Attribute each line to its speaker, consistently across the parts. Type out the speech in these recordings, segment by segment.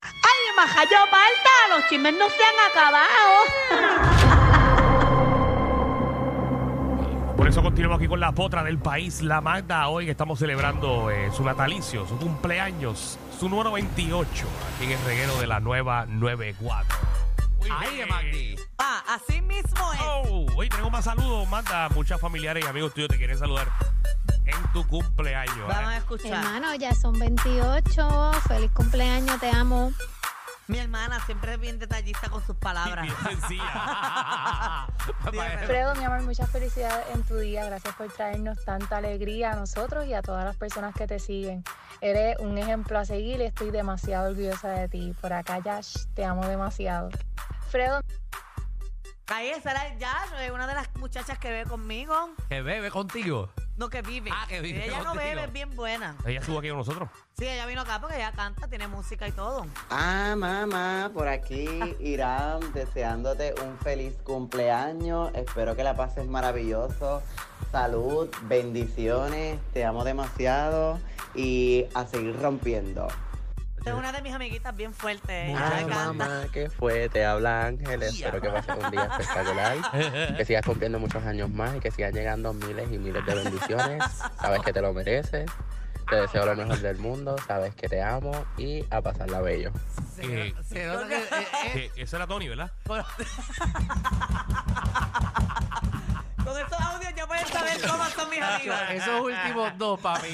Speaker 1: ¡Ay, majayo, falta! ¡Los chimes no se han acabado!
Speaker 2: Por eso continuamos aquí con la potra del país, la Magda. Hoy que estamos celebrando eh, su natalicio, su cumpleaños, su número 28, aquí en el reguero de la nueva 94. Muy
Speaker 3: Ahí,
Speaker 2: bien.
Speaker 3: Magdi.
Speaker 4: Ah, así mismo es.
Speaker 2: Oh, hoy tenemos más saludos, Magda. Muchas familiares y amigos tuyos te quieren saludar en tu cumpleaños. ¿eh?
Speaker 4: Vamos a escuchar.
Speaker 5: Hermano, ya son 28. Feliz cumpleaños, te amo.
Speaker 4: Mi hermana siempre es bien detallista con sus palabras.
Speaker 2: Bien sencilla. Eh,
Speaker 6: Fredo, mi amor, mucha felicidad en tu día. Gracias por traernos tanta alegría a nosotros y a todas las personas que te siguen. Eres un ejemplo a seguir y estoy demasiado orgullosa de ti. Por acá, Yash, te amo demasiado. Fredo,
Speaker 4: Ahí esa era ya, es una de las muchachas que bebe conmigo.
Speaker 3: Que bebe contigo.
Speaker 4: No, que vive.
Speaker 3: Ah, que vive
Speaker 4: Ella no
Speaker 3: contigo.
Speaker 4: bebe, es bien buena.
Speaker 2: Ella estuvo aquí con nosotros.
Speaker 4: Sí, ella vino acá porque ella canta, tiene música y todo.
Speaker 7: Ah, mamá, por aquí Irán deseándote un feliz cumpleaños. Espero que la pases maravilloso. Salud, bendiciones, te amo demasiado y a seguir rompiendo.
Speaker 4: Es una de mis amiguitas bien fuerte.
Speaker 2: Muy
Speaker 4: Ella
Speaker 2: bien,
Speaker 4: canta.
Speaker 8: mamá, ¿qué fue? Te habla Ángel. Espero que pases un día espectacular. Que sigas cumpliendo muchos años más y que sigan llegando miles y miles de bendiciones. Sabes que te lo mereces. Te deseo lo mejor del mundo. Sabes que te amo y a pasarla bello.
Speaker 2: Eh,
Speaker 3: Se nota que- eh, eh,
Speaker 2: que- ese era Tony, ¿verdad?
Speaker 3: con-
Speaker 4: Con estos audios ya pueden saber cómo son mis amigas.
Speaker 3: esos últimos dos, papi.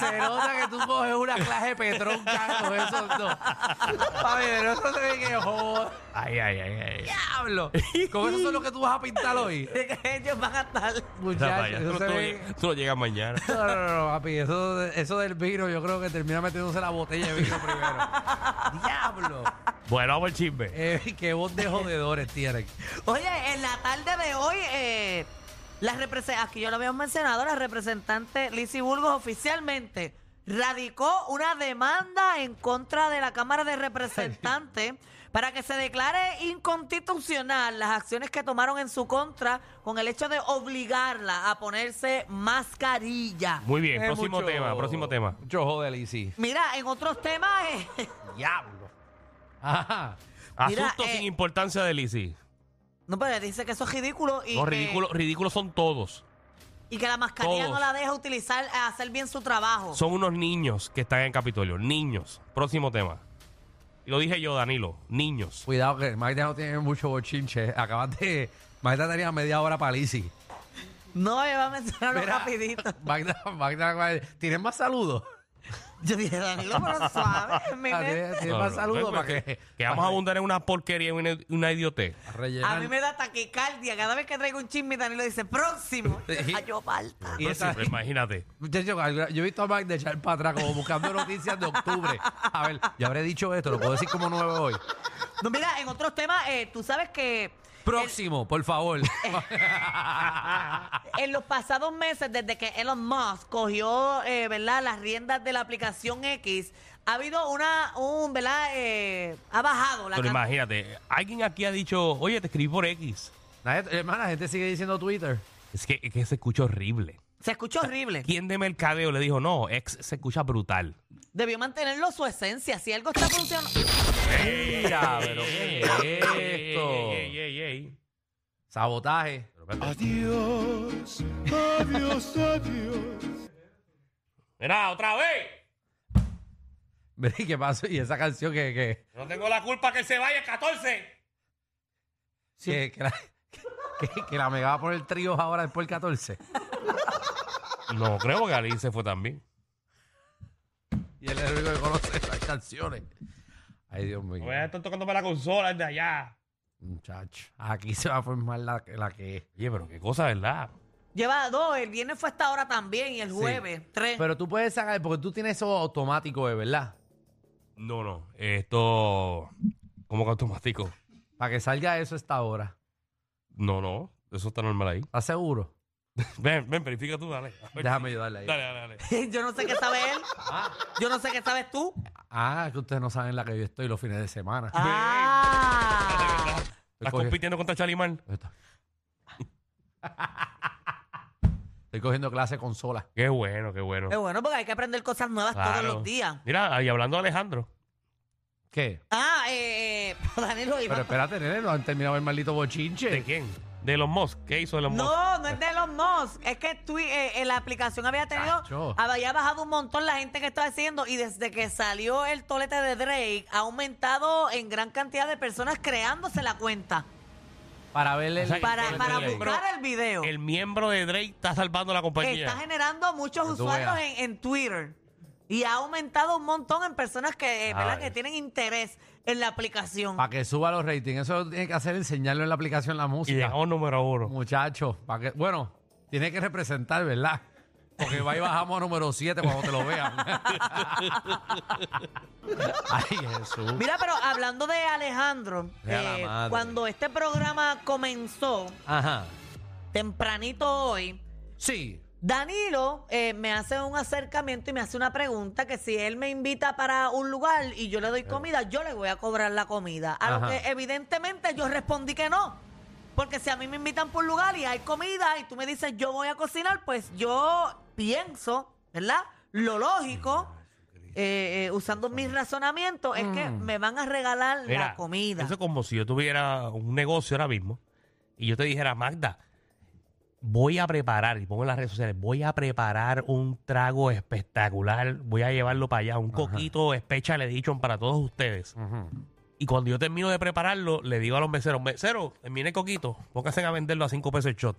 Speaker 3: Se nota que tú coges una clase de petronca con esos dos. Papi, pero eso se ve que joder.
Speaker 2: Ay, ay, ay, ay.
Speaker 3: ¡Diablo! Con eso son los que tú vas a pintar hoy.
Speaker 4: Ellos van a estar.
Speaker 3: Muchachos,
Speaker 2: Vaya,
Speaker 3: eso
Speaker 2: Eso
Speaker 3: se
Speaker 2: no
Speaker 3: ve-
Speaker 2: llega- eso no llega mañana.
Speaker 3: No, no, no, papi, eso, eso del vino yo creo que termina metiéndose la botella de vino primero. ¡Diablo!
Speaker 2: Bueno, vamos al chisme.
Speaker 3: Eh, qué voz de jodedores tienen.
Speaker 4: Oye, en la tarde de hoy, eh, la represe- aquí yo lo habíamos mencionado, la representante Lizzie Burgos oficialmente radicó una demanda en contra de la Cámara de Representantes para que se declare inconstitucional las acciones que tomaron en su contra con el hecho de obligarla a ponerse mascarilla.
Speaker 2: Muy bien,
Speaker 3: Es
Speaker 2: próximo
Speaker 3: mucho-
Speaker 2: tema, próximo tema.
Speaker 3: Mucho joder, Lizzy.
Speaker 4: Mira, en otros temas, eh,
Speaker 3: ¡Diablo! Ajá.
Speaker 4: Mira,
Speaker 2: Asuntos
Speaker 4: eh,
Speaker 2: sin importancia de Lizzie.
Speaker 4: no, pero dice que eso es ridículo y,
Speaker 2: No,
Speaker 4: que-
Speaker 2: ridículos ridículos son todos.
Speaker 4: y que la mascarilla
Speaker 2: Todos.
Speaker 4: no la deja utilizar, eh, hacer bien su trabajo.
Speaker 2: Son unos niños que están en Capitolio. Niños. Próximo tema. Lo dije yo, Danilo. Niños.
Speaker 3: Cuidado que Magda no tiene mucho bochinche. Acaban de... Magda tenía media hora para Lizzy.
Speaker 4: No, yo iba a mencionarlo
Speaker 3: Mira.
Speaker 4: rapidito.
Speaker 3: Magda, Magda, ¿tienes más saludos?
Speaker 4: Yo dije, Danilo, pero suave, en mi
Speaker 3: Ah,
Speaker 4: mente.
Speaker 3: ¿Tienes, tienes
Speaker 2: No,
Speaker 3: más
Speaker 2: no, no,
Speaker 3: saludos
Speaker 2: pues,
Speaker 3: para que...
Speaker 2: Que vamos a abundar en una porquería, en una, una idiotez.
Speaker 3: para rellenar.
Speaker 4: A mí me da taquicardia. Cada vez que traigo un chisme, Danilo dice, próximo.
Speaker 3: Sí.
Speaker 4: Ay, yo falta.
Speaker 3: Y esa-
Speaker 2: Pero pues, imagínate.
Speaker 3: Muchacho, alguna- yo he visto a Magda echar para atrás como buscando noticias de octubre. A ver, yo habré dicho esto, lo puedo decir como nueve hoy.
Speaker 4: No, mira, en otros temas, eh, tú sabes que
Speaker 3: Próximo, por favor.
Speaker 4: en los pasados meses, desde que Elon Musk cogió, eh, ¿verdad?, las riendas de la aplicación X, ha habido una, un, ¿verdad?, Eh, ha bajado la
Speaker 2: Pero
Speaker 4: cantidad.
Speaker 2: imagínate. Alguien aquí ha dicho, oye, te escribí por X.
Speaker 3: Nadie- hermana, la gente sigue diciendo Twitter.
Speaker 2: Es que, es que se escucha horrible.
Speaker 4: Se escucha horrible.
Speaker 2: ¿Quién de mercadeo le dijo, no, X se escucha brutal?
Speaker 4: Debió mantenerlo su esencia. Si algo está funcionando...
Speaker 2: Mira, pero
Speaker 3: ¿qué
Speaker 2: ¿qué
Speaker 3: es esto?
Speaker 2: esto?
Speaker 3: Sabotaje.
Speaker 9: Adiós, adiós, adiós.
Speaker 2: Mira, otra vez.
Speaker 3: Mira, ¿y qué pasó? Y esa canción que, que,
Speaker 2: No tengo la culpa que él se vaya el 14.
Speaker 3: que, que la, que- que la me va a poner tríos ahora después del 14.
Speaker 2: No, creo que Ali se fue también.
Speaker 3: Y él es el único que conoce las canciones. Ay, Dios mío.
Speaker 2: estar tocándome la consola de allá.
Speaker 3: Muchacho, aquí se va a formar la, la que es.
Speaker 2: Oye, pero qué cosa, ¿verdad?
Speaker 4: Lleva dos, el viernes fue hasta ahora también y el
Speaker 3: Sí.
Speaker 4: jueves, tres.
Speaker 3: Pero tú puedes sacar, porque tú tienes eso automático, ¿eh? ¿verdad?
Speaker 2: No, no. Esto. ¿Cómo que automático?
Speaker 3: Para que salga eso a esta hora.
Speaker 2: No, no. Eso está normal ahí.
Speaker 3: ¿Estás seguro?
Speaker 2: Ven, ven, verifica tú, dale. A ver.
Speaker 3: Déjame ayudarle ahí.
Speaker 2: Dale, dale, dale.
Speaker 4: Yo no sé qué sabe él.
Speaker 2: Ah.
Speaker 4: Yo no sé qué sabes tú.
Speaker 3: Ah, que ustedes no saben la que yo estoy los fines de semana.
Speaker 4: Ah.
Speaker 2: Estás
Speaker 3: cogiendo-
Speaker 2: compitiendo contra Chalimán.
Speaker 3: Ahí está. Estoy cogiendo clase con sola.
Speaker 2: Qué bueno, qué bueno.
Speaker 4: Es bueno porque hay que aprender cosas nuevas
Speaker 2: Claro.
Speaker 4: todos los días.
Speaker 2: Mira, y hablando de Alejandro.
Speaker 3: ¿Qué?
Speaker 4: Ah, eh, eh, Danilo
Speaker 3: Pero
Speaker 4: Iván.
Speaker 3: espérate, nene, no han terminado el maldito
Speaker 2: ¿De
Speaker 3: bochinche.
Speaker 2: quién? De los Musk. ¿Qué hizo de los Musk?
Speaker 4: No, no es de los Musk. Es que Twi- eh, eh, la aplicación había tenido,
Speaker 3: Cacho.
Speaker 4: había bajado un montón la gente que estaba haciendo y desde que salió el tolete de Drake ha aumentado en gran cantidad de personas creándose la cuenta
Speaker 3: Para verle
Speaker 2: O sea,
Speaker 3: el-
Speaker 4: para,
Speaker 2: el
Speaker 4: para
Speaker 2: Drake.
Speaker 4: buscar el video.
Speaker 2: El miembro de Drake está salvando la compañía.
Speaker 4: Está generando muchos
Speaker 3: Pues Que tú
Speaker 4: usuarios
Speaker 3: veas.
Speaker 4: en, en Twitter y ha aumentado un montón en personas que, eh, ¿verdad?
Speaker 2: Ay.
Speaker 4: que tienen interés en la aplicación.
Speaker 3: Para que suba los ratings. Eso lo tiene que hacer enseñarlo en la aplicación la
Speaker 2: y
Speaker 3: música.
Speaker 2: llegó número uno.
Speaker 3: Muchachos, para que. Bueno, tiene que representar, ¿verdad? Porque va y bajamos a número 7 cuando te lo vean. Ay, Jesús.
Speaker 4: Mira, pero hablando de Alejandro,
Speaker 3: Ve a la
Speaker 4: eh,
Speaker 3: madre.
Speaker 4: cuando este programa comenzó
Speaker 3: Ajá.
Speaker 4: tempranito hoy,
Speaker 3: Sí.
Speaker 4: Danilo eh, me hace un acercamiento y me hace una pregunta que si él me invita para un lugar y yo le
Speaker 2: Eh.
Speaker 4: doy comida, yo le voy a cobrar la comida. A lo
Speaker 3: Ajá.
Speaker 4: que evidentemente yo respondí que no. Porque si a mí me invitan por un lugar y hay comida y tú me dices yo voy a cocinar, pues yo pienso, ¿verdad? Lo lógico, eh, eh, usando mis razonamientos, es que me van a regalar
Speaker 2: Mira,
Speaker 4: la comida.
Speaker 2: Eso es como si yo tuviera un negocio ahora mismo y yo te dijera, Magda, voy a preparar, y pongo en las redes sociales, voy a preparar un trago espectacular, voy a llevarlo para allá, un coquito special edition para todos ustedes. Y cuando yo termino de prepararlo, le digo a los meseros, meseros, termine el coquito, pónganse a venderlo a 5 pesos el shot.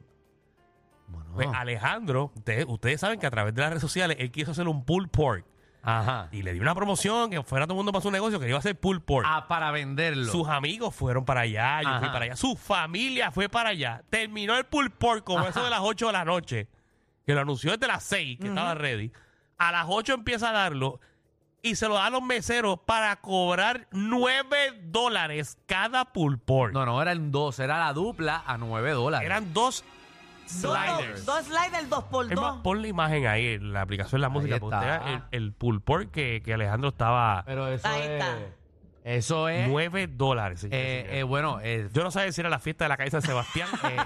Speaker 3: Bueno.
Speaker 2: Pues Alejandro, ustedes, ustedes saben que a través de las redes sociales, él quiso hacer un pulled pork.
Speaker 3: Ajá.
Speaker 2: Y le dio una promoción que fuera todo el mundo para su negocio, que iba a hacer pulled pork.
Speaker 3: Ah, para venderlo.
Speaker 2: Sus amigos fueron para allá, yo fui
Speaker 3: Ajá.
Speaker 2: para allá, su familia fue para allá. Terminó el pull pork como eso de las 8 de la noche, que lo anunció desde las 6, que estaba ready. A las 8 empieza a darlo y se lo da a los meseros para cobrar 9 dólares cada pull pork.
Speaker 3: No, no, eran dos. Era la dupla a 9 dólares.
Speaker 2: Eran dos
Speaker 4: Dos-
Speaker 2: sliders.
Speaker 4: Dos sliders, dos por
Speaker 2: Es más,
Speaker 4: dos.
Speaker 2: pon la imagen ahí, en la aplicación de la música, porque
Speaker 3: está. Eh,
Speaker 2: usted vea el, el pull pork que, que Alejandro estaba
Speaker 3: Pero eso
Speaker 4: Ahí
Speaker 3: es.
Speaker 4: está.
Speaker 3: Eso es.
Speaker 2: 9 dólares. señores y
Speaker 3: eh,
Speaker 2: señores.
Speaker 3: eh, bueno, eh,
Speaker 2: Yo no sabía si era la fiesta de la calle San Sebastián eh,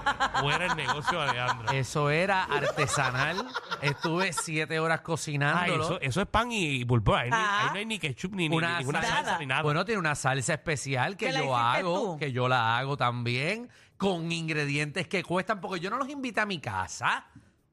Speaker 2: o era el negocio de Alejandro.
Speaker 3: eso era artesanal. Estuve siete horas
Speaker 2: Ah,
Speaker 3: cocinándolo.
Speaker 2: eso, eso es pan y, y pulpo. Ahí, no hay-
Speaker 4: Ah.
Speaker 2: ahí no hay ni ketchup ni, ni-
Speaker 3: Una
Speaker 2: ni ninguna
Speaker 4: salsa.
Speaker 2: salsa ni nada.
Speaker 3: Bueno, tiene una salsa especial que
Speaker 4: ¿Que la
Speaker 3: yo
Speaker 4: hiciste
Speaker 3: hago,
Speaker 4: tú?
Speaker 3: que yo la hago también, con ingredientes que cuestan, porque yo no los invito a mi casa.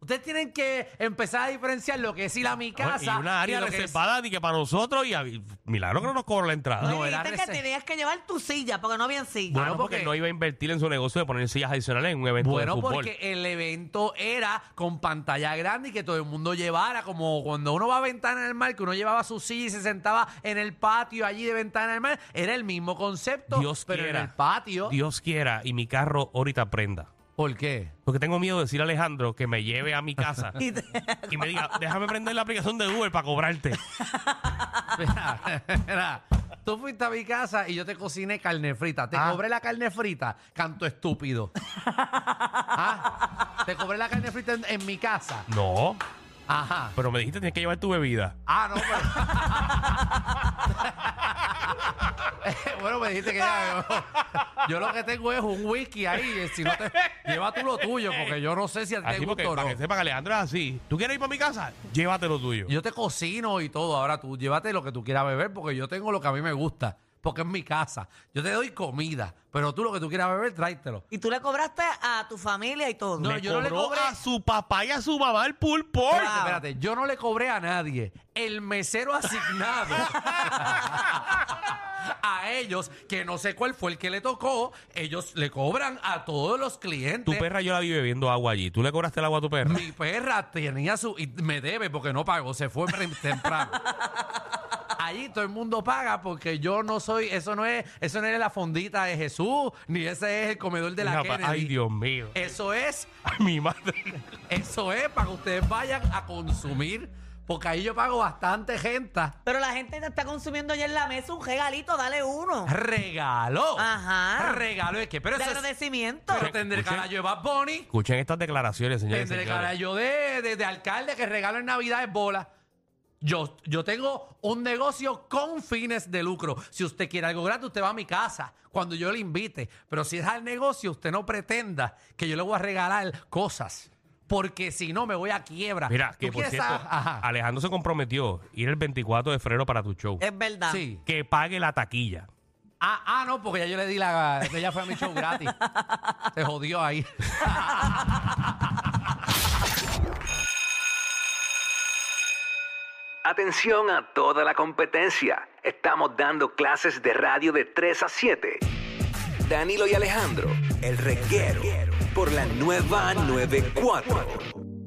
Speaker 3: Ustedes tienen que empezar a diferenciar lo que es ir a mi
Speaker 2: Oye,
Speaker 3: casa.
Speaker 2: y una área
Speaker 3: lo que es-
Speaker 2: reservada ni que para nosotros y, a- y milagro que no nos cobró la entrada.
Speaker 4: No,
Speaker 3: no,
Speaker 4: y
Speaker 3: era
Speaker 4: dijiste que
Speaker 3: rece-
Speaker 4: tenías que llevar tu silla porque no había silla.
Speaker 2: Bueno,
Speaker 3: Bueno,
Speaker 2: porque,
Speaker 3: porque-
Speaker 2: no iba a invertir en su negocio de poner sillas adicionales en un evento de
Speaker 3: Bueno,
Speaker 2: fútbol.
Speaker 3: porque el evento era con pantalla grande y que todo el mundo llevara, como cuando uno va a Ventana del Mar, que uno llevaba su silla y se sentaba en el patio allí de Ventana del Mar, era el mismo concepto,
Speaker 2: Dios
Speaker 3: pero
Speaker 2: quiera.
Speaker 3: en el patio.
Speaker 2: Dios quiera y mi carro ahorita prenda.
Speaker 3: ¿Por qué?
Speaker 2: Porque tengo miedo de decir a Alejandro que me lleve a mi casa y, me diga, déjame prender la aplicación de Uber para cobrarte.
Speaker 3: Mira, mira, tú fuiste a mi casa y yo te cociné carne frita. Te
Speaker 2: Ah.
Speaker 3: cobré la carne frita, canto estúpido. Ah, Te cobré la carne frita en, en mi casa.
Speaker 2: No,
Speaker 3: Ajá.
Speaker 2: pero me dijiste tienes que llevar tu bebida.
Speaker 3: Ah, no, pero. Eh, bueno, me dijiste que ya. Yo lo que tengo es un whisky ahí. eh, Si no te, lleva tú lo tuyo, porque yo no sé si a ti te
Speaker 2: Así
Speaker 3: gusta
Speaker 2: Ah, porque
Speaker 3: o
Speaker 2: para que
Speaker 3: no.
Speaker 2: sepa que Alejandro es así. ¿Tú quieres ir para mi casa? Llévate lo tuyo.
Speaker 3: Yo te cocino y todo. Ahora tú llévate lo que tú quieras beber, porque yo tengo lo que a mí me gusta, porque es mi casa. Yo te doy comida, pero tú lo que tú quieras beber, tráetelo.
Speaker 4: Y tú le cobraste a tu familia y todo.
Speaker 3: No,
Speaker 2: Le
Speaker 3: yo no le
Speaker 2: cobró
Speaker 3: cobré.
Speaker 2: a su papá y a su mamá el pool pork.
Speaker 3: Espérate, espérate, yo no le cobré a nadie. El mesero asignado. a ellos, que no sé cuál fue el que le tocó, ellos le cobran a todos los clientes.
Speaker 2: Tu perra yo la vi bebiendo agua allí. ¿Tú le cobraste el agua a tu perra?
Speaker 3: Mi perra tenía su. Y me debe porque no pagó, se fue pre- temprano. Allí todo el mundo paga porque yo no soy. Eso no es eso no es la fondita de Jesús, ni ese es el comedor de la
Speaker 2: Mira, pa-
Speaker 3: Kennedy. Eh.
Speaker 2: Ay, Dios mío.
Speaker 3: Eso es
Speaker 2: Ay, mi madre.
Speaker 3: Eso es, para que ustedes vayan a consumir. porque ahí yo pago bastante gente.
Speaker 4: Pero la gente te está consumiendo ya en la mesa un regalito, dale uno.
Speaker 3: Regalo.
Speaker 4: Ajá.
Speaker 3: Regalo es que, pero
Speaker 4: de
Speaker 3: eso es,
Speaker 4: agradecimiento.
Speaker 3: pero tendré
Speaker 2: Escuchen.
Speaker 3: cara yo de Bad Bunny,
Speaker 2: Escuchen estas declaraciones, señores. y
Speaker 3: tendré
Speaker 2: señores.
Speaker 3: cara yo de, de- de alcalde que regalo en Navidad es bola. Yo, yo tengo un negocio con fines de lucro. Si usted quiere algo gratis, usted va a mi casa cuando yo le invite. Pero si es al negocio, usted no pretenda que yo le voy a regalar cosas. Porque si no, me voy a quiebra.
Speaker 2: Mira,
Speaker 3: ¿Tú
Speaker 2: que por
Speaker 3: quieres
Speaker 2: cierto,
Speaker 3: a- ajá.
Speaker 2: Alejandro se comprometió ir el 24 de febrero para tu show.
Speaker 3: Eh.
Speaker 4: Es verdad.
Speaker 3: Sí.
Speaker 2: Que pague la taquilla.
Speaker 3: Ah, ah, no, porque ya yo le di la. Ella fue a mi show gratis. Se jodió ahí.
Speaker 10: Atención a toda la competencia. Estamos dando clases de radio de 3 a 7. Danilo y Alejandro, el reguero, por la nueva 94.